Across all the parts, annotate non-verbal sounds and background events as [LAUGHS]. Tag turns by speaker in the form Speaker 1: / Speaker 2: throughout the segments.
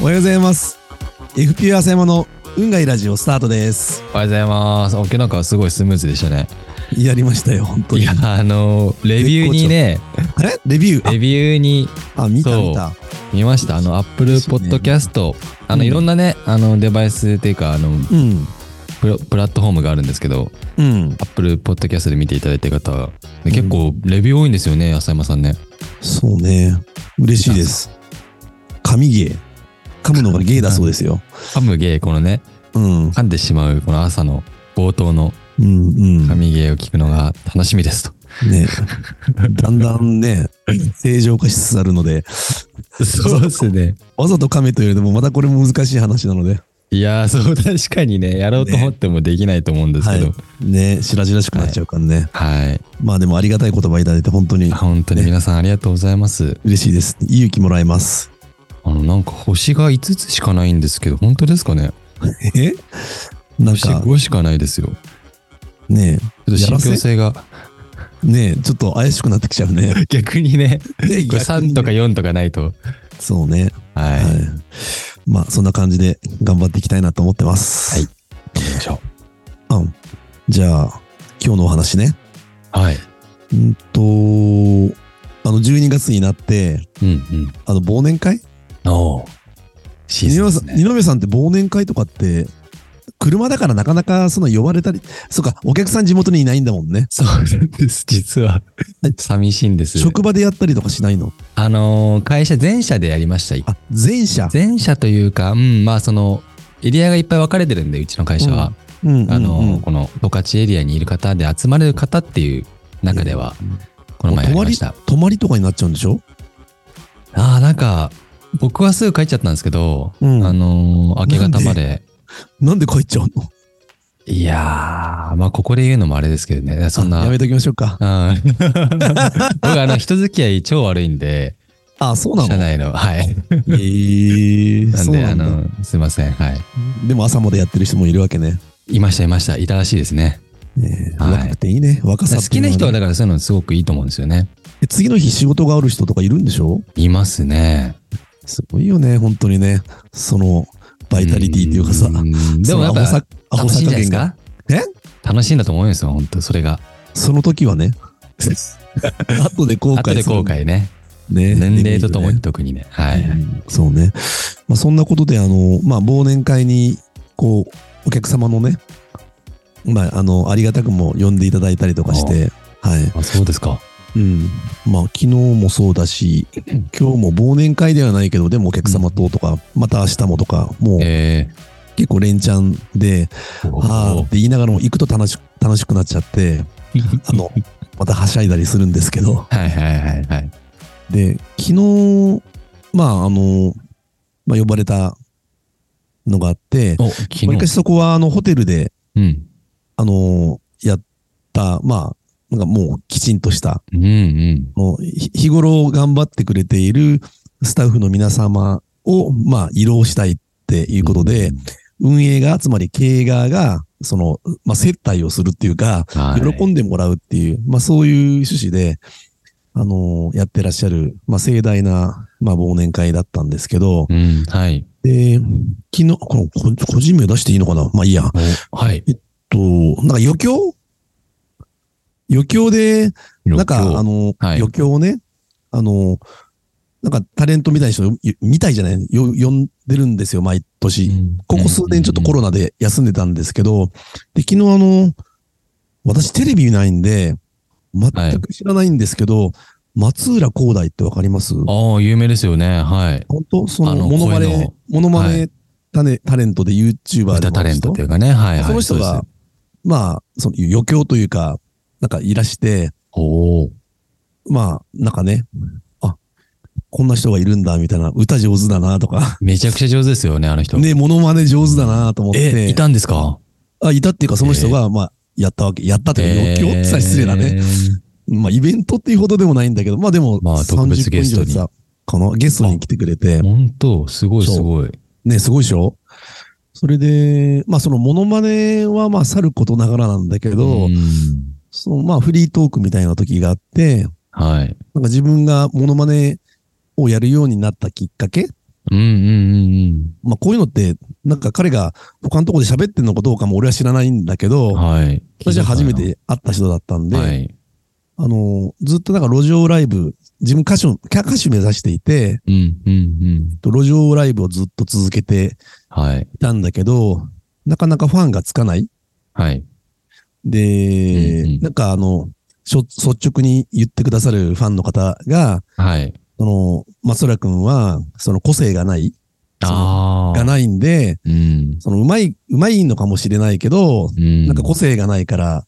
Speaker 1: おはようございます。FPU 浅山の運がいいラジオスタートです。
Speaker 2: おはようございます。オッケーなんかすごいスムーズでしたね。
Speaker 1: やりましたよ、本当
Speaker 2: い
Speaker 1: に
Speaker 2: や。、あのー、レビューにね、
Speaker 1: あれレビュー。
Speaker 2: レビューに
Speaker 1: あ、あ見た
Speaker 2: そう
Speaker 1: 見た。
Speaker 2: 見ました。あの、Apple
Speaker 1: そうね
Speaker 2: Podcast、あ
Speaker 1: う
Speaker 2: の、
Speaker 1: ん
Speaker 2: いろんなね、あの、デバイスっていうか、あの、
Speaker 1: うん。
Speaker 2: プラプラットフォームがあるんですけど、
Speaker 1: うん。
Speaker 2: Apple Podcast で見ていただいてる方、結構レビュー多いんですよね、浅山さんね。
Speaker 1: そうね。嬉しいです。神ゲー。噛むのがゲーだそうですよ。
Speaker 2: ハムゲー、このね、
Speaker 1: うん。うん
Speaker 2: 噛んでしまう、この朝の冒頭の
Speaker 1: うん。
Speaker 2: 神ゲーを聞くのが楽しみですと。
Speaker 1: ね。だんだんね、正常化しつつあるので、
Speaker 2: そうですね。
Speaker 1: わざと噛めというよりも、またこれも難しい話なので、
Speaker 2: いやー、そう、確かにね、やろうと思ってもできないと思うんですけど、
Speaker 1: ね、しらじらしくなっちゃうからね。
Speaker 2: はい。
Speaker 1: まあでもありがたい言葉いただいて、本当に
Speaker 2: 本当に皆さんありがとうございます。
Speaker 1: 嬉しいです。勇気もらえます。
Speaker 2: あの、なんか星が5つしかないんですけど、本当ですかね
Speaker 1: えなん
Speaker 2: 星
Speaker 1: か、
Speaker 2: 5しかないですよ。ちょ
Speaker 1: ね
Speaker 2: っと信
Speaker 1: やらせ
Speaker 2: 憑性が。
Speaker 1: え、ねえ、ちょっと怪しくなってきちゃう
Speaker 2: [LAUGHS]
Speaker 1: ね。
Speaker 2: 逆にね、
Speaker 1: ね
Speaker 2: これ3とか。4とかないと。
Speaker 1: そうね。
Speaker 2: はい。
Speaker 1: はい。まあ、そんな感じで頑張っていきたいなと思ってます。
Speaker 2: はい
Speaker 1: あん。じゃあ、今日のお話ね。
Speaker 2: はい。
Speaker 1: うんと、あの、12月になって、
Speaker 2: うんうん。
Speaker 1: あの、忘年会
Speaker 2: おーシー
Speaker 1: 二
Speaker 2: ズン
Speaker 1: 宮
Speaker 2: で
Speaker 1: さ
Speaker 2: す
Speaker 1: ん
Speaker 2: ね
Speaker 1: 二宮さんって忘年会とかって、車だからなかなかその呼ばれたり、そうか、お客さん地元にいないんだもんね。
Speaker 2: そうなんです、実は。 [LAUGHS] 寂しいんです。
Speaker 1: 職場でやったりとかしないの
Speaker 2: あのー会社全社でやりました。
Speaker 1: あ、前者。
Speaker 2: 全社というか、うん、まあその、エリアがいっぱい分かれてるんで、うちの会社は。
Speaker 1: うんうん
Speaker 2: あの、
Speaker 1: うん
Speaker 2: この十勝エリアにいる方で集まれる方っていう中では、この前やりました。
Speaker 1: 泊まりとかになっちゃうんでしょ
Speaker 2: ああ、なんか、僕はすぐ帰っちゃったんですけど、
Speaker 1: うん
Speaker 2: あのー明け方まで。
Speaker 1: なんで帰っちゃうの
Speaker 2: いやー、まあ、ここで言うのもあれですけどね、そんな。
Speaker 1: あやめときましょうか。
Speaker 2: うん [LAUGHS] 僕、あの、人付き合い超悪いんで、
Speaker 1: あ、そうな
Speaker 2: 社
Speaker 1: の
Speaker 2: 内
Speaker 1: [LAUGHS]
Speaker 2: の、はい。
Speaker 1: えー、
Speaker 2: なん
Speaker 1: そう
Speaker 2: で、
Speaker 1: な
Speaker 2: あ
Speaker 1: んだ
Speaker 2: の、すいません、はい。
Speaker 1: でも朝までやってる人もいるわけね。
Speaker 2: いました、いました。いたらしいですね。
Speaker 1: ねえ
Speaker 2: はい
Speaker 1: 若くていいね。若さ
Speaker 2: 好
Speaker 1: って
Speaker 2: き
Speaker 1: いうの
Speaker 2: な人は、
Speaker 1: ね
Speaker 2: だからそういうのすごくいいと思うんですよね。
Speaker 1: え次の日仕事がある人とかいるんでしょ
Speaker 2: いますね。
Speaker 1: すごいよね、本当にね。その、バイタリティっていうかさ。
Speaker 2: んで
Speaker 1: そ
Speaker 2: も
Speaker 1: の
Speaker 2: やっぱ、
Speaker 1: アホ
Speaker 2: 楽しい
Speaker 1: さ
Speaker 2: んじゃない
Speaker 1: 加
Speaker 2: で
Speaker 1: 減
Speaker 2: す
Speaker 1: が。
Speaker 2: か楽しいんだと思うんですよ、本当それが。
Speaker 1: その時はね。後で後悔
Speaker 2: 後で後悔ね。
Speaker 1: ね。
Speaker 2: 年齢ととも
Speaker 1: で
Speaker 2: に特にね。は
Speaker 1: きるね
Speaker 2: い。
Speaker 1: うんそうね。まあ、そんなことで、あの、まあ、忘年会に、こう、お客様のね、まあ、あの、ありがたくも呼んでいただいたりとかして、はい。
Speaker 2: あ、そうですか。
Speaker 1: うん。まあ、昨日もそうだ
Speaker 2: [CLEARS THROAT]
Speaker 1: し、今日も忘年会ではないけど、でもお客様ととか、また明日もとか、もう
Speaker 2: え
Speaker 1: 結構連チャンで、
Speaker 2: ー、
Speaker 1: あーって言いながらも行くと楽し楽しくなっちゃって、あ
Speaker 2: [LAUGHS]
Speaker 1: の、またはしゃいだりするんですけど。
Speaker 2: はいはいはいはい。
Speaker 1: で、昨日、まあ、あの、まあ、呼ばれたのがあって、
Speaker 2: お、昨
Speaker 1: わりかし
Speaker 2: 日。
Speaker 1: そこは、あの、ホテルで、
Speaker 2: うん。
Speaker 1: あの、やった、まあ、なんかもうきちんとした、
Speaker 2: うんうん。
Speaker 1: もうひ日頃頑張ってくれているスタッフの皆様を、まあ、慰労したいっていうことで、運営側、つまり経営側が、その、まあ、接待をするっていうか、
Speaker 2: はい、
Speaker 1: 喜んでもらうっていう、まあそういう趣旨で、あのーやってらっしゃる、まあ盛大な、まあ忘年会だったんですけど、
Speaker 2: うん、はい。
Speaker 1: で、昨日、この、こ個人名出していいのかなまあいいや。
Speaker 2: おはい。
Speaker 1: と、なんか余興余興で、なんかあ
Speaker 2: の、
Speaker 1: の、
Speaker 2: はい
Speaker 1: 余興をね、あの、なんかタレントみたいな人、ゆみたいじゃないよ呼んでるんですよ、毎年。ここ数年ちょっとコ
Speaker 2: ロ
Speaker 1: ロナで休んでたんですけど、で、昨日あの、私テレビ見ないんで、全く知らないんですけど、松浦光大ってわかります
Speaker 2: ああ、有名ですよね。はい。
Speaker 1: 本当そ
Speaker 2: あ
Speaker 1: の、
Speaker 2: の
Speaker 1: モノマ
Speaker 2: 声
Speaker 1: ネ
Speaker 2: の、
Speaker 1: モノマ
Speaker 2: は
Speaker 1: ネタネタレントで YouTuber で
Speaker 2: 歌
Speaker 1: もあ
Speaker 2: タ
Speaker 1: る
Speaker 2: レン
Speaker 1: 人
Speaker 2: トっていうかね。はいはい。
Speaker 1: その人
Speaker 2: う
Speaker 1: が
Speaker 2: です、
Speaker 1: まあ、その余興というか、なんかいらして、
Speaker 2: おお。
Speaker 1: まあ、なんかね、あ、こんな人がいるんだ、みたいな、歌上手だな、とか、
Speaker 2: めちゃくちゃ上手ですよね、あの人。
Speaker 1: ね、モノマネ上手だな、と思って。
Speaker 2: え、いたんですか
Speaker 1: あ、いたっていうか、その人が、まあ、やったわけ、やったというか、余興って言ったら失礼だね。
Speaker 2: えー
Speaker 1: まあ、イベントっていうほどでもないんだけど、まあでも、
Speaker 2: まあ特別ゲスト
Speaker 1: 30分
Speaker 2: に
Speaker 1: 以上やってたこのゲストに来てくれて、
Speaker 2: 本当すごいすごい。
Speaker 1: ね、すごいでしょそれで、まあそのモノマネはまあさることながらなんだけど、
Speaker 2: うん
Speaker 1: そのまあフリートークみたいな時があって、
Speaker 2: はい。
Speaker 1: なんか自分がモノマネをやるようになったきっかけ
Speaker 2: うんうんうん
Speaker 1: まあこういうのって、なんか彼が他のところで喋ってんのかどうかも俺は知らないんだけ
Speaker 2: うん。
Speaker 1: ど、
Speaker 2: はい。
Speaker 1: 私は初めて会った人だったんで、
Speaker 2: はい。
Speaker 1: あの、ずっとなんか路上ライブ、自分歌手、歌手目指していて、
Speaker 2: うんうんうん。
Speaker 1: 路上ライブをずっと続けて
Speaker 2: はい。
Speaker 1: いたんだけど、なかなかファンがつかない。
Speaker 2: はい。
Speaker 1: で、
Speaker 2: うんうん
Speaker 1: なんかあの、しょ率直に言ってくださるファンの方が、
Speaker 2: はい。
Speaker 1: その、松浦くんは、その個性がない、
Speaker 2: ああ。
Speaker 1: がないんで、
Speaker 2: うん。
Speaker 1: その、うまい、うまいのかもしれないけど、
Speaker 2: うん。
Speaker 1: なんか個性がないから、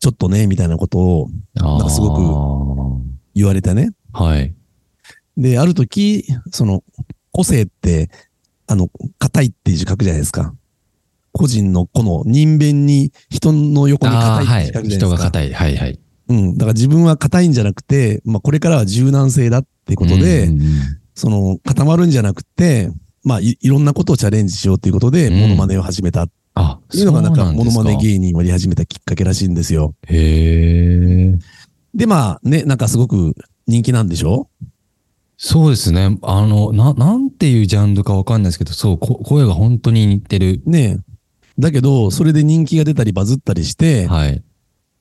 Speaker 1: ちょっとね、みたいなことを
Speaker 2: あー、
Speaker 1: なんかすごく言われてね。
Speaker 2: はい。
Speaker 1: で、ある時、その、個性って、あの、硬いっていう字書くじゃないですか。個人のこの人弁に人の横に
Speaker 2: ああー、
Speaker 1: 硬
Speaker 2: はい
Speaker 1: って
Speaker 2: い
Speaker 1: 字書。くじゃないですか。
Speaker 2: 人が硬い。はいはい。
Speaker 1: うん。だから自分は硬いんじゃなくて、まあこれからは柔軟性だってことで、
Speaker 2: うんうんうん
Speaker 1: その固まるんじゃなくて、まあいいろんなことをチャレンジしようということで、
Speaker 2: うん
Speaker 1: モノマネを始めたって
Speaker 2: あ、
Speaker 1: いうのがなん
Speaker 2: そ
Speaker 1: か、モ
Speaker 2: で
Speaker 1: ノ
Speaker 2: す
Speaker 1: マネ芸人をやり始めたきっかけらしいんですよ。
Speaker 2: へえ。
Speaker 1: で、まあね、なんかすごく人気なんでしょ
Speaker 2: そうですね。あの、な、なんていうジャンルかわかんないですけど、そう、こ声が本当に似てる。
Speaker 1: ねえ。だけど、それで人気が出たりバズったりして、
Speaker 2: はい。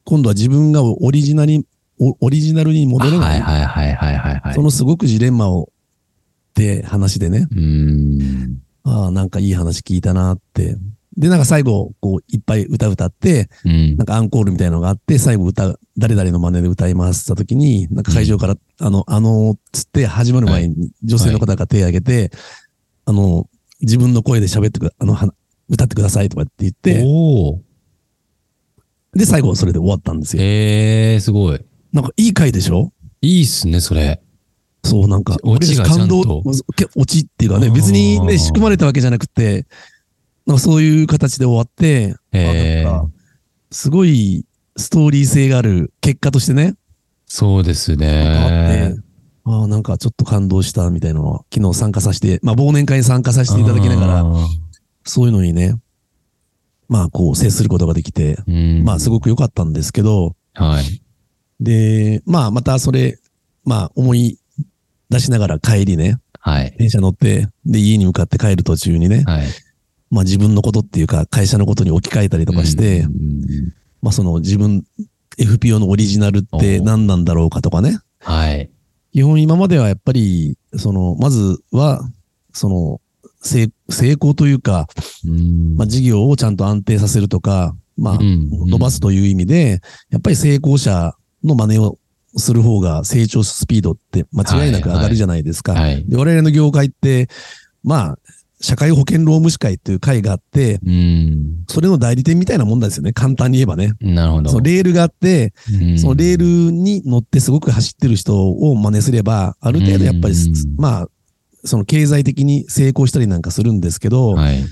Speaker 1: 今度は自分がオリジナルに、オオリジナルに
Speaker 2: あ
Speaker 1: 戻
Speaker 2: はい
Speaker 1: れない。
Speaker 2: はいはいはいはいはい。
Speaker 1: そのすごくジレンマを、って話でね。
Speaker 2: うーん。
Speaker 1: ああ、なんかいい話聞いたなって。で、なんか最後、こう、いっぱい歌歌って、
Speaker 2: うん
Speaker 1: なん。かアンコールみたいなのがあって、最後歌う、誰々の真似で歌いますって言った時に、なんか会場から、あの、あの、つって始まる前に女性の方が手を挙げて、あの、自分の声で喋ってくだ、あの、は歌ってくださいとかって言って、
Speaker 2: おお。
Speaker 1: で、最後はそれで終わったんですよ。
Speaker 2: へえ、すごい。
Speaker 1: なんかいい回でしょ
Speaker 2: いいっすね、それ。
Speaker 1: そう、なんか、
Speaker 2: オチがちゃんと
Speaker 1: 俺感動、け落ちっていうかね、
Speaker 2: あー
Speaker 1: 別にね、仕組まれたわけじゃなくて、なんかそういう形で終わって、
Speaker 2: へえ
Speaker 1: あ。なんかすごいストーリー性がある結果としてね、
Speaker 2: そうです
Speaker 1: あっ
Speaker 2: ね
Speaker 1: て。、ああ、なんかちょっと感動したみたいなのは、昨日参加させて、まあ忘年会に参加させていただきなが
Speaker 2: あ
Speaker 1: ら、
Speaker 2: ー。
Speaker 1: そういうのにね、まあこう接することができて、
Speaker 2: うん。
Speaker 1: まあすごく良かったんですけど、
Speaker 2: はい。
Speaker 1: で、まあまたそれ、まあ思い出しながら帰りね、
Speaker 2: はい。
Speaker 1: 電車乗って、で家に向かって帰る途中にね、
Speaker 2: はい。
Speaker 1: まあ自分のことっていうか会社のことに置き換えたりとかして、
Speaker 2: うんうんうん
Speaker 1: まあその自分、FPO のオリジナルって何なんだろうかとかね。
Speaker 2: はい。
Speaker 1: 基本今まではやっぱり、その、まずは、その、成成功というか、
Speaker 2: うん
Speaker 1: まあ事業をちゃんと安定させるとか、まあ
Speaker 2: う、ん
Speaker 1: 伸ばすという意味で、やっぱり成功者の真似をする方が成長スピードって間違いなく上がるじゃないですか。
Speaker 2: はい。
Speaker 1: で我々の業界って、まあ、社会保険労務士会っていう会があって、
Speaker 2: うん。
Speaker 1: それの代理店みたいなもんなんですよね。簡単に言えばね。
Speaker 2: なるほど。
Speaker 1: そのレールがあって、
Speaker 2: うん
Speaker 1: そのレールに乗ってすごく走ってる人を真似すれば、ある程度やっぱりす、
Speaker 2: うん
Speaker 1: まあ、その経済的に成功したりなんかするんですけど、
Speaker 2: はい。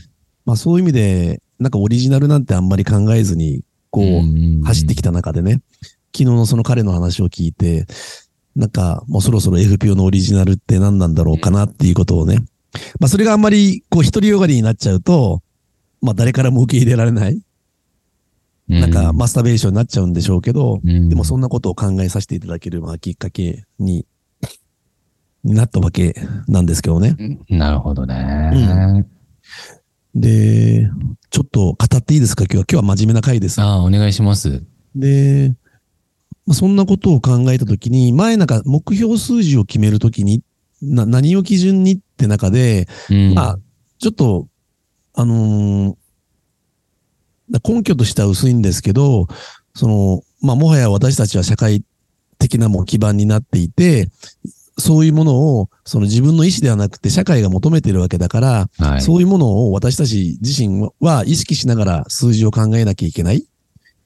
Speaker 1: まあそういう意味で、なんかオリジナルなんてあんまり考えずに、こう、
Speaker 2: う
Speaker 1: 走ってきた中でね、昨日のその彼の話を聞いて、なんかもうそろそろ FPO のオリジナルって何なんだろうかなっていうことをね、まあそれがあんまりこう独りよがりになっちゃうと、まあ誰からも受け入れられない、
Speaker 2: うん
Speaker 1: なんかマスターベーションになっちゃうんでしょうけど、
Speaker 2: うん
Speaker 1: でもそんなことを考えさせていただける、まあ、きっかけにになったわけなんですけどね。
Speaker 2: なるほど
Speaker 1: う
Speaker 2: ね。
Speaker 1: で、ちょっと語っていいですか今日は。今日は真面目な回です。
Speaker 2: ああ、お願いします。
Speaker 1: で、まあ、そんなことを考えたときに、前なんか目標数字を決めるときに、な、何を基準にって中で、
Speaker 2: うん
Speaker 1: まあ、ちょっと、あのーな根拠としては薄いんですけど、その、まあ、もはや私たちは社会的なもう基盤になっていて、そういうものを、その自分の意思ではなくて社会が求めてるわけだから、
Speaker 2: はい。
Speaker 1: そういうものを私たち自身は意識しながら数字を考えなきゃいけない。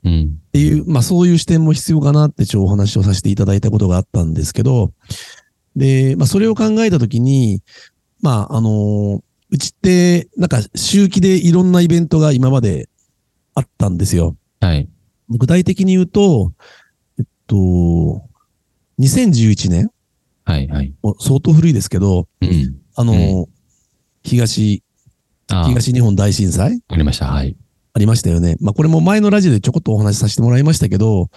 Speaker 2: うん。
Speaker 1: っていう、まあそういう視点も必要かなってちょっとお話をさせていただいたことがあったんですけど、で、まあそれを考えたときに、まああの、うちってなんか周期でいろんなイベントが今まであったんですよ。
Speaker 2: はい。
Speaker 1: 具体的に言うと、えっと、2011年、
Speaker 2: はい。はい。
Speaker 1: もう相当古いですけど、
Speaker 2: うん。
Speaker 1: あの、
Speaker 2: う
Speaker 1: 東、
Speaker 2: ああ、わか
Speaker 1: 東日本大震災
Speaker 2: りました。はい。
Speaker 1: ありましたよね。まあ、これも前のラジオでちょこっとお話しさせてもらいましたけど、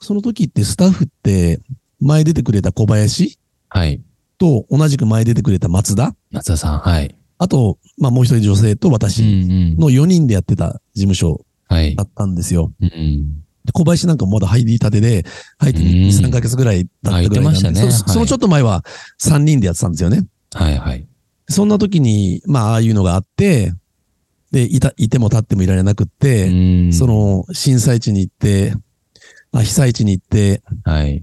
Speaker 1: その時ってスタッフって、前出てくれた小林
Speaker 2: はい。
Speaker 1: と、同じく前出てくれた松田、
Speaker 2: 松田さん、はい。
Speaker 1: あと、まあ、もう一人女性と
Speaker 2: うん
Speaker 1: 私
Speaker 2: うん。
Speaker 1: の4人でやってた事務所
Speaker 2: はい
Speaker 1: だ。ったんですよ。
Speaker 2: うん
Speaker 1: で小林なんかもまだ入りたてで、入って
Speaker 2: うん
Speaker 1: 2、3ヶ月ぐらいだったぐらいなんで
Speaker 2: あ言ってましたね
Speaker 1: そ
Speaker 2: はい
Speaker 1: そのちょっと前は3人でやってたんですよね。
Speaker 2: はいはい。
Speaker 1: そんな時に、まあ、ああいうのがあって、で、いた、いても立ってもいられなくって、
Speaker 2: うん
Speaker 1: そ、の、震災地に行って、あ被災地に行って、
Speaker 2: はい。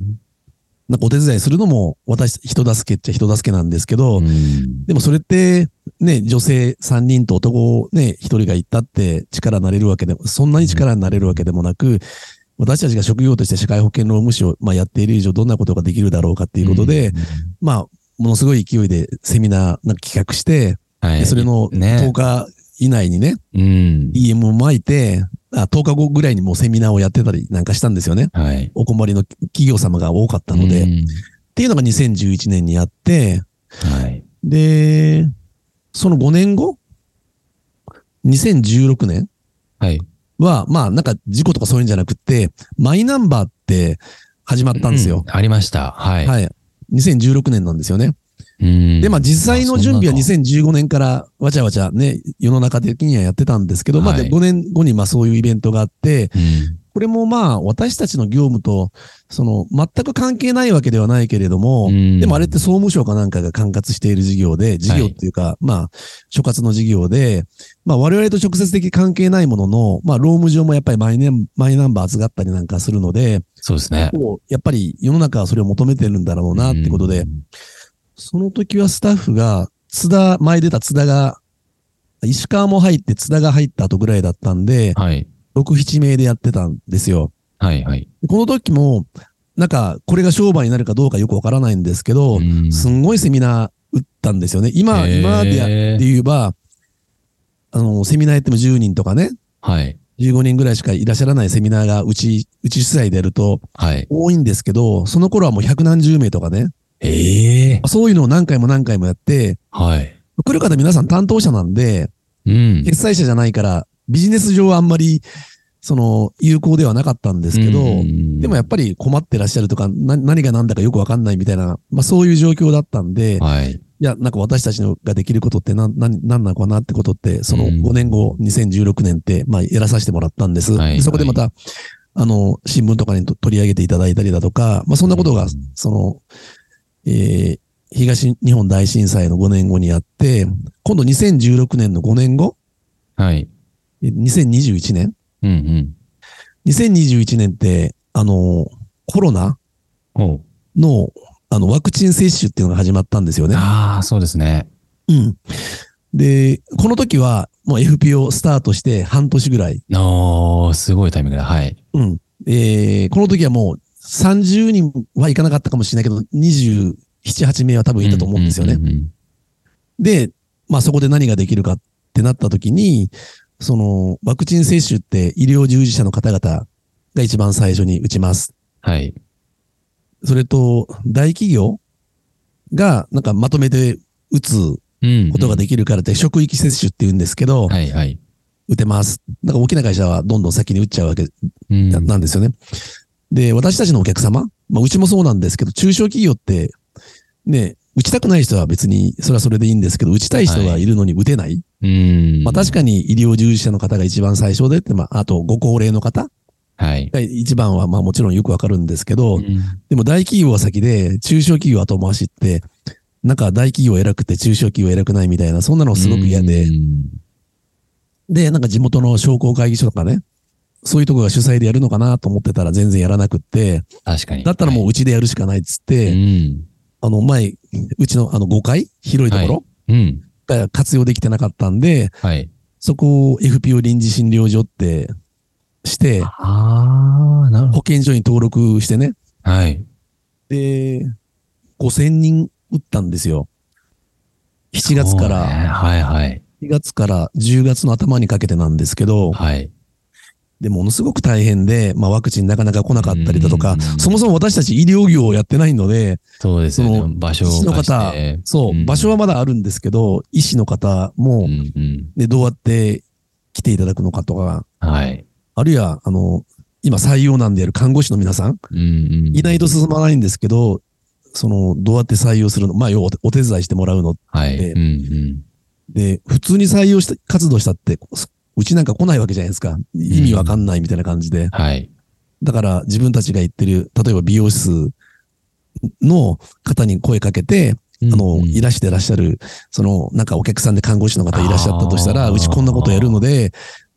Speaker 1: なんかお手伝いするのも、私、人助けっちゃ人助けなんですけど、
Speaker 2: うん
Speaker 1: でもそれって、ね、女性3人と男ね、1人が行ったって力になれるわけでも、そんなに力になれるわけでもなく、私たちが職業として社会保険労務士を、まあ、やっている以上、どんなことができるだろうかっていうことで、、まあ、ものすごい勢いでセミナーなんか企画して、
Speaker 2: うんは
Speaker 1: で
Speaker 2: い。
Speaker 1: それの10
Speaker 2: ね。
Speaker 1: 日以内にね、
Speaker 2: うん。
Speaker 1: EM を巻いて、あ10日後ぐらいにもうセミナーをやってたりなんかしたんですよね。
Speaker 2: はい。
Speaker 1: お困りの企業様が多かったので。
Speaker 2: う
Speaker 1: っ
Speaker 2: ん
Speaker 1: ていうのが2011年にあって、
Speaker 2: はい。
Speaker 1: で、その5年後 ?2016 年
Speaker 2: はい。
Speaker 1: は、まあなんか事故とかそういうんじゃなくて、マイナンバーって始まったんですよ。
Speaker 2: うありました。はい。
Speaker 1: はい。2016年なんですよね。
Speaker 2: うん
Speaker 1: で、まあ実際の準備は
Speaker 2: あそんな
Speaker 1: 2015年からわちゃわちゃね、世の中的にはやってたんですけど、まあ
Speaker 2: は
Speaker 1: で
Speaker 2: い
Speaker 1: 5年後にまあそういうイベントがあって、
Speaker 2: うん
Speaker 1: これもまあ私たちの業務と、その全く関係ないわけではないけれども、
Speaker 2: うん
Speaker 1: でもあれって総務省かなんかが管轄している事業で、事業っていうか、まあ、所轄の事業で、まあ我々と直接的関係ないものの、まあ労務上もやっぱりマイネンマイナンバー扱ったりなんかするので、
Speaker 2: そうですね。
Speaker 1: こうやっぱり世の中はそれを求めてるんだろうなってことで、
Speaker 2: うん
Speaker 1: その時はスタッフが、津田、前出た津田が、石川も入って津田が入った後ぐらいだったんで、
Speaker 2: はい。
Speaker 1: 6、7名でやってたんですよ。
Speaker 2: はい。はい。
Speaker 1: でこの時も、なんか、これが商売になるかどうかよくわからないんですけど、
Speaker 2: うん
Speaker 1: すんごいセミナー打ったんですよね。今、
Speaker 2: へー
Speaker 1: 今でやって言えば、あの、セミナーやっても10人とかね、
Speaker 2: はい。
Speaker 1: 15人ぐらいしかいらっしゃらないセミナーがうち、うち主催でやると
Speaker 2: はい。
Speaker 1: 多いんですけど、その頃はもう百何十名とかね、
Speaker 2: ええ。
Speaker 1: そういうのを何回も何回もやって、
Speaker 2: はい。
Speaker 1: 来る方皆さん担当者なんで、
Speaker 2: うん。
Speaker 1: 決済者じゃないから、ビジネス上はあんまり、その、有効ではなかったんですけど、でもやっぱり困ってらっしゃるとか、な何が何だかよくわかんないみたいな、まあそういう状況だったんで、
Speaker 2: ぱ、はい。
Speaker 1: いや、なんか私たちのができることってなん、なん、なんなのかなってことって、その
Speaker 2: うん
Speaker 1: 5年後、2016年って、まあ、やらさせてもらったんです。
Speaker 2: はい
Speaker 1: でそこでまた、あの、新聞とかにと取り上げていただいたりだとか、まあ、そんなことが、
Speaker 2: うん
Speaker 1: その、えー東日本大震災の5年後にあって、今度2016年の5年後、
Speaker 2: はい。
Speaker 1: え2021年
Speaker 2: うんうん。
Speaker 1: ?2021 年って、あの、コロナ
Speaker 2: おう
Speaker 1: の、あの、ワクチン接種っていうのが始まったんですよね。
Speaker 2: ああ、そうですね。
Speaker 1: うん。で、この時は、もう FPO スタートして半年ぐらい。
Speaker 2: おー、すごいタイミングだ。はい。
Speaker 1: うん。えー、この時はもう30人はいかなかったかもしれないけど、27、8名は多分いたと思うんですよね
Speaker 2: う。ん
Speaker 1: で、まあそこで何ができるかってなった時に、その、ワクチン接種って医療従事者の方々が一番最初に打ちます。
Speaker 2: はい。
Speaker 1: それと、大企業がなんかまとめて打つ
Speaker 2: うん。
Speaker 1: ことが
Speaker 2: で
Speaker 1: できるからって、職域接種って言うんですけど、
Speaker 2: はいはい。
Speaker 1: 打てます。だから大きな会社はどんどん先に打っちゃうわけ
Speaker 2: うん
Speaker 1: ななんですよね。で、私たちのお客様、まあ、うちもそうなんですけど、中小企業って、ね、打ちたくない人は別に、それはそれでいいんですけど、打ちたい人がいるのに打てない。
Speaker 2: うん。
Speaker 1: まあ、確かに医療従事者の方が一番最初でって、まあ、あとご高齢の方
Speaker 2: はい。
Speaker 1: が一番は、まあもちろんよくわかるんですけど、
Speaker 2: うん
Speaker 1: でも大企業は先で、中小企業後回しって、なんか大企業偉くて中小企業偉くないみたいな、そんなのすごく嫌で、
Speaker 2: うん
Speaker 1: で、なんか地元の商工会議所とかね、そういうとこが主催でやるのかなと思ってたら全然やらなくって、
Speaker 2: 確かに。
Speaker 1: だったらもううちでやるしかないっつって、
Speaker 2: うん。
Speaker 1: あの前、うちのあの5階、広いところ
Speaker 2: うん。
Speaker 1: が活用できてなかったんで、
Speaker 2: はい。
Speaker 1: そこを FPO 臨時診療所ってして、
Speaker 2: ああ、なる
Speaker 1: 保
Speaker 2: ほ
Speaker 1: 健所に登録してね、
Speaker 2: ど。はい。
Speaker 1: で、5000人打ったんですよ。7月か
Speaker 2: そう
Speaker 1: ら、
Speaker 2: ねはいはい。
Speaker 1: 7月から10月の頭にかけてなんですけど、
Speaker 2: はい。
Speaker 1: で、ものすごく大変で、まあワクチンなかなか来なかったりだと
Speaker 2: う
Speaker 1: か
Speaker 2: ん、
Speaker 1: そもそも私たち医療業をやってないので、
Speaker 2: そうですよね
Speaker 1: そ。
Speaker 2: 場所
Speaker 1: 医
Speaker 2: を
Speaker 1: 師の
Speaker 2: 貸し
Speaker 1: 方
Speaker 2: て。、
Speaker 1: そうう、
Speaker 2: ん
Speaker 1: 場所はまだあるんですけど、医師の方
Speaker 2: う
Speaker 1: も、
Speaker 2: んうん。
Speaker 1: で、どうやって来ていただくのかとか、
Speaker 2: はい。
Speaker 1: あるいは、あの、今採用なんである看護師の皆さん、
Speaker 2: うんうん。
Speaker 1: いないと進まないんですけど、その、どうやって採用するのまあ、要はお手伝いしてもらうの。
Speaker 2: はい。
Speaker 1: で
Speaker 2: うんうん。
Speaker 1: で、普通に採用した、活動したって、うちなんか来ないわけじゃないですか。意味わかんないみたいな感じで。
Speaker 2: はい。
Speaker 1: だから自分たちが言ってる、例えば美容室の方に声かけて、あの、いらしてらっしゃる、その、なんかお客さんで看護師の方いらっしゃったとしたら、
Speaker 2: あー
Speaker 1: うちこんなことやるので、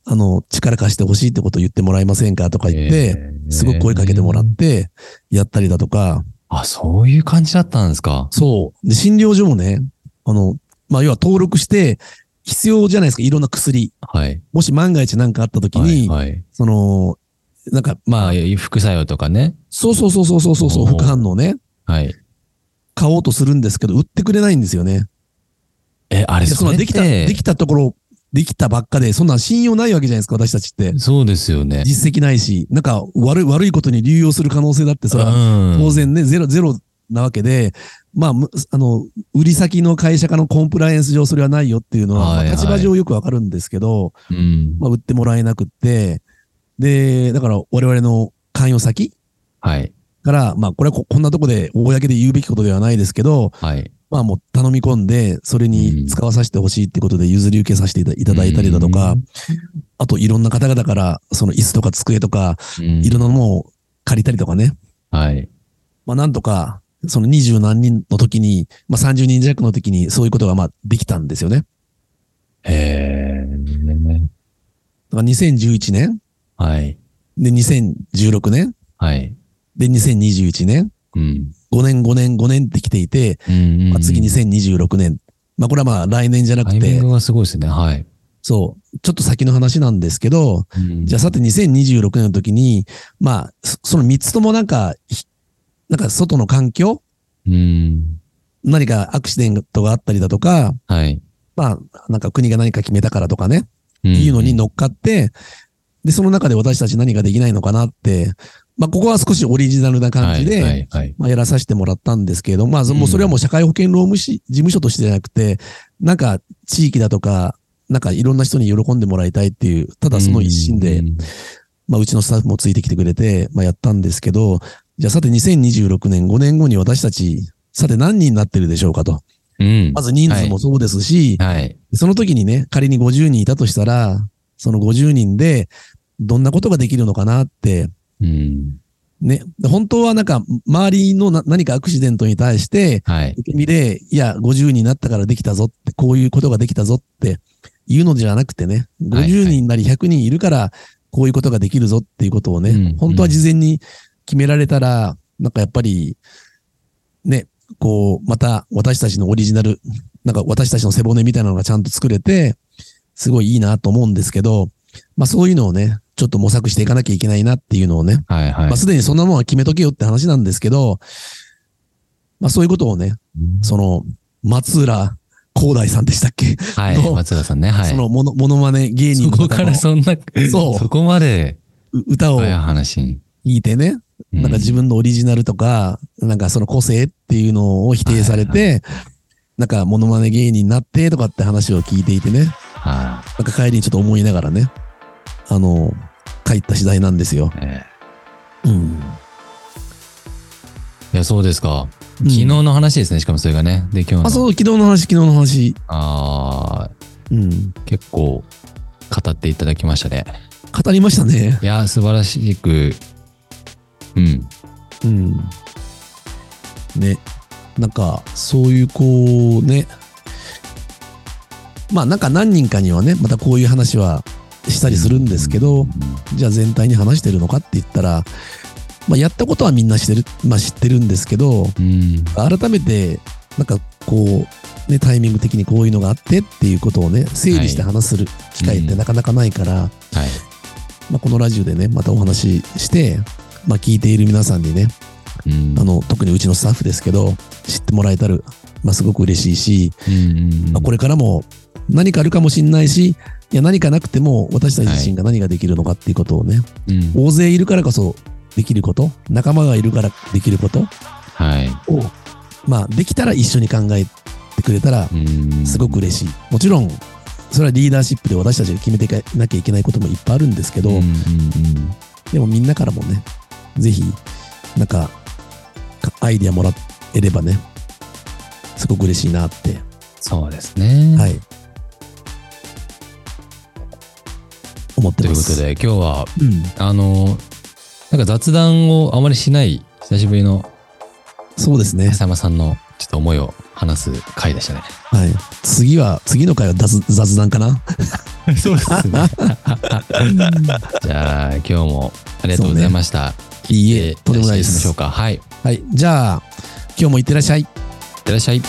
Speaker 1: あの、力貸してほしいってことを言ってもらえませんかとか言って、すごく声かけてもらっ、
Speaker 2: って
Speaker 1: やったりだとか、
Speaker 2: あ、そういう感じだったんですか。
Speaker 1: そう。で、診療所もね、あの、まあ、要は登録して、必要じゃないですか、いろんな薬。
Speaker 2: はい。
Speaker 1: もし万が一なんかあった時に、
Speaker 2: はいはい。
Speaker 1: その、なんか、
Speaker 2: ま
Speaker 1: ま
Speaker 2: あ
Speaker 1: あ、、
Speaker 2: 副作用とかね。
Speaker 1: そうそうそうそうそうそうそう、
Speaker 2: おー
Speaker 1: 副反応ね。
Speaker 2: はい。
Speaker 1: 買おうとするんですけど、売ってくれないんですよね。
Speaker 2: え、あれ、
Speaker 1: でそ
Speaker 2: そ
Speaker 1: ん
Speaker 2: れ
Speaker 1: な
Speaker 2: っ
Speaker 1: できた、
Speaker 2: て
Speaker 1: できたところ、できたばっかで、そんなん信用ないわけじゃないですか、私たちって。
Speaker 2: そうですよね。
Speaker 1: 実績ないし、なんか悪い、悪いことに流用する可能性だって、それは
Speaker 2: うん
Speaker 1: 当。然ね、ゼロ、ゼロなわけで、まあ、むあの、売り先の会社かのコンプライアンス上それはないよっていうのは、
Speaker 2: はいはい
Speaker 1: まあ立場上よくわかるんですけど、
Speaker 2: うん。
Speaker 1: まあ、売ってもらえなくって、で、だから我々の関与先
Speaker 2: はい。
Speaker 1: から、まあ、これはここんなとこで、公で言うべきことではないですけど、
Speaker 2: はい。
Speaker 1: まあもう頼み込んで、それに使わさせてほしいってことで譲り受けさせていたいただいたりだとか、
Speaker 2: うん
Speaker 1: あといろんな方々から、その椅子とか机とか、
Speaker 2: うん
Speaker 1: いろんなものを借りたりとかね。
Speaker 2: はい。
Speaker 1: まあなんとか、その二十何人の時に、まあ30人弱の時にそういうことがまあできたんですよね。
Speaker 2: へえ。
Speaker 1: だから2011年、
Speaker 2: はい。
Speaker 1: で2016年、
Speaker 2: はい。
Speaker 1: で2021年、
Speaker 2: うん。
Speaker 1: 5年5年5年ってきていて、
Speaker 2: うん。
Speaker 1: まあ次
Speaker 2: に
Speaker 1: 2026年。まあこれはまあ来年じゃな
Speaker 2: タ
Speaker 1: く
Speaker 2: イミン
Speaker 1: て
Speaker 2: グ、がすごいですね。はい。
Speaker 1: そう、ちょっと先の話なんですけど、じゃあ
Speaker 2: あ、
Speaker 1: さて2026年の時に、まあ、そその3つともなんか、ひなんか外の環境
Speaker 2: うん。
Speaker 1: 何かアクシデントがあったりだとか、
Speaker 2: はい。
Speaker 1: まあ、なんか国が何か決めたからとかね、
Speaker 2: うん
Speaker 1: いうのに乗っかって、で、その中で私たち何ができないのかなって、まあ、ここは少しオリジナルな感じで、
Speaker 2: はい。はいはい。
Speaker 1: まあ、やらさせてもらったんですけれども、まあ、そもう
Speaker 2: うん
Speaker 1: それはもう社会保険労務士事務所としてじゃなくて、なんか地域だとか、なんかいろんな人に喜んでもらいたいっていう、ただその一心で
Speaker 2: うん。
Speaker 1: まあ、うちのスタッフもついてきてくれて、まあ、やったんですけど、じゃあさて2026年、5年後に私たち、さて何人になってるでしょうかと。
Speaker 2: うん
Speaker 1: まず人数もそうですし、
Speaker 2: はい。
Speaker 1: その時にね、仮に50人いたとしたら、その50人で、どんなことができるのかなって、
Speaker 2: うん。
Speaker 1: ね、本当はなんか、周りのな何かアクシデントに対して、
Speaker 2: はい。
Speaker 1: 受け身で、いや、50人になったからできたぞって、こういうことができたぞっていうのじゃなくてね、
Speaker 2: はいは
Speaker 1: 50
Speaker 2: い
Speaker 1: 人なり100人いるから、こういうことができるぞっていうことをね、
Speaker 2: うん
Speaker 1: 本当は事前に決められたら、なんかやっぱり、ね、こう、また私たちのオリジナル、なんか私たちの背骨みたいなのがちゃんと作れて、すごいいいなと思うんですけど、まあそういうのをね、ちょっと模索していかなきゃいけないなっていうのをね、
Speaker 2: はい。はい
Speaker 1: まあ。すでにそんなもんは決めとけよって話なんですけど、まあそういうことをね、その、松浦光大さんでしたっけ、
Speaker 2: はい。
Speaker 1: の
Speaker 2: 松田さんね。はい。
Speaker 1: そのモノ、モノマネ芸人
Speaker 2: そ
Speaker 1: の
Speaker 2: こ
Speaker 1: 方
Speaker 2: か
Speaker 1: の
Speaker 2: らそんな、
Speaker 1: そう
Speaker 2: そこまで、
Speaker 1: う歌を
Speaker 2: 早い
Speaker 1: 聴
Speaker 2: 話に。
Speaker 1: いてね、
Speaker 2: う
Speaker 1: なんか自分のオリジナルとか、なんかその個性っていうのを否定されて、なんかモノマネ芸人になってとかって話を聞いていてね、
Speaker 2: は
Speaker 1: なんか帰りにちょっと思いながらね、あの、帰った次第なんですよ。
Speaker 2: い。え
Speaker 1: うん。
Speaker 2: えいや、そうですか。昨日の話ですね、しかもそれがね。で、今日の。
Speaker 1: あ、そう、昨日の話、昨日の話。
Speaker 2: あ
Speaker 1: うん。
Speaker 2: ー結構、語っていただきましたね。
Speaker 1: 語りましたね。
Speaker 2: いや、素晴らしく、うん。
Speaker 1: うん。ね。なんか、そういうこうね。まあなんか何人かにはね、またこういう話はしたりするんですけど、じゃあ全体に話してるのかって言ったら、まあやったことはみんなしてる、まあ知ってるんですけど、
Speaker 2: うん。
Speaker 1: 改めて、なんかこう、ね、タイミング的にこういうのがあってっていうことをね、整理して話する機会ってなかなかないから、
Speaker 2: はい。
Speaker 1: まあこのラジオでね、またお話しして、まあ聞いている皆さんにね、
Speaker 2: うん
Speaker 1: あの、特にうちのスタッフですけど、知ってもらえたら、まあ、すごく嬉しいし、
Speaker 2: うんうん
Speaker 1: まあ、これからも何かあるかもしれないし、いや、何かなくても、私たち自身が何ができるのかっていうことをね、
Speaker 2: うん
Speaker 1: 大勢いるからこそできること、仲間がいるからできること
Speaker 2: はい。
Speaker 1: を、まあ、できたら一緒に考えてくれたら、
Speaker 2: うん
Speaker 1: すごく嬉しい。もちろん、それはリーダーシップで私たちが決めていかなきゃいけないこともいっぱいあるんですけど、
Speaker 2: うんうんうん
Speaker 1: でもみんなからもね、ぜひ、なんか、かアイディアもらっ得ればね、すごく嬉しいなって。
Speaker 2: そうですね。
Speaker 1: はい。思って
Speaker 2: と
Speaker 1: ま
Speaker 2: いうこと
Speaker 1: す。
Speaker 2: で、今日は、
Speaker 1: とで。うん。
Speaker 2: あの、なんか雑談をあまりしない、久しぶりの
Speaker 1: そうですね。
Speaker 2: 浅山さんのちょっと思いを話す回でし
Speaker 1: [LAUGHS]
Speaker 2: たね。
Speaker 1: はい。次は、次の回は雑雑談かな。
Speaker 2: そうですね。
Speaker 1: [LAUGHS]
Speaker 2: じゃあ、今日もありがとうございました。
Speaker 1: いいえ、とんでもないで
Speaker 2: 失礼しましょ
Speaker 1: す
Speaker 2: う。か。はい。いっ
Speaker 1: はい。じゃあ、今日もいってらっしゃい。
Speaker 2: てらっしゃい。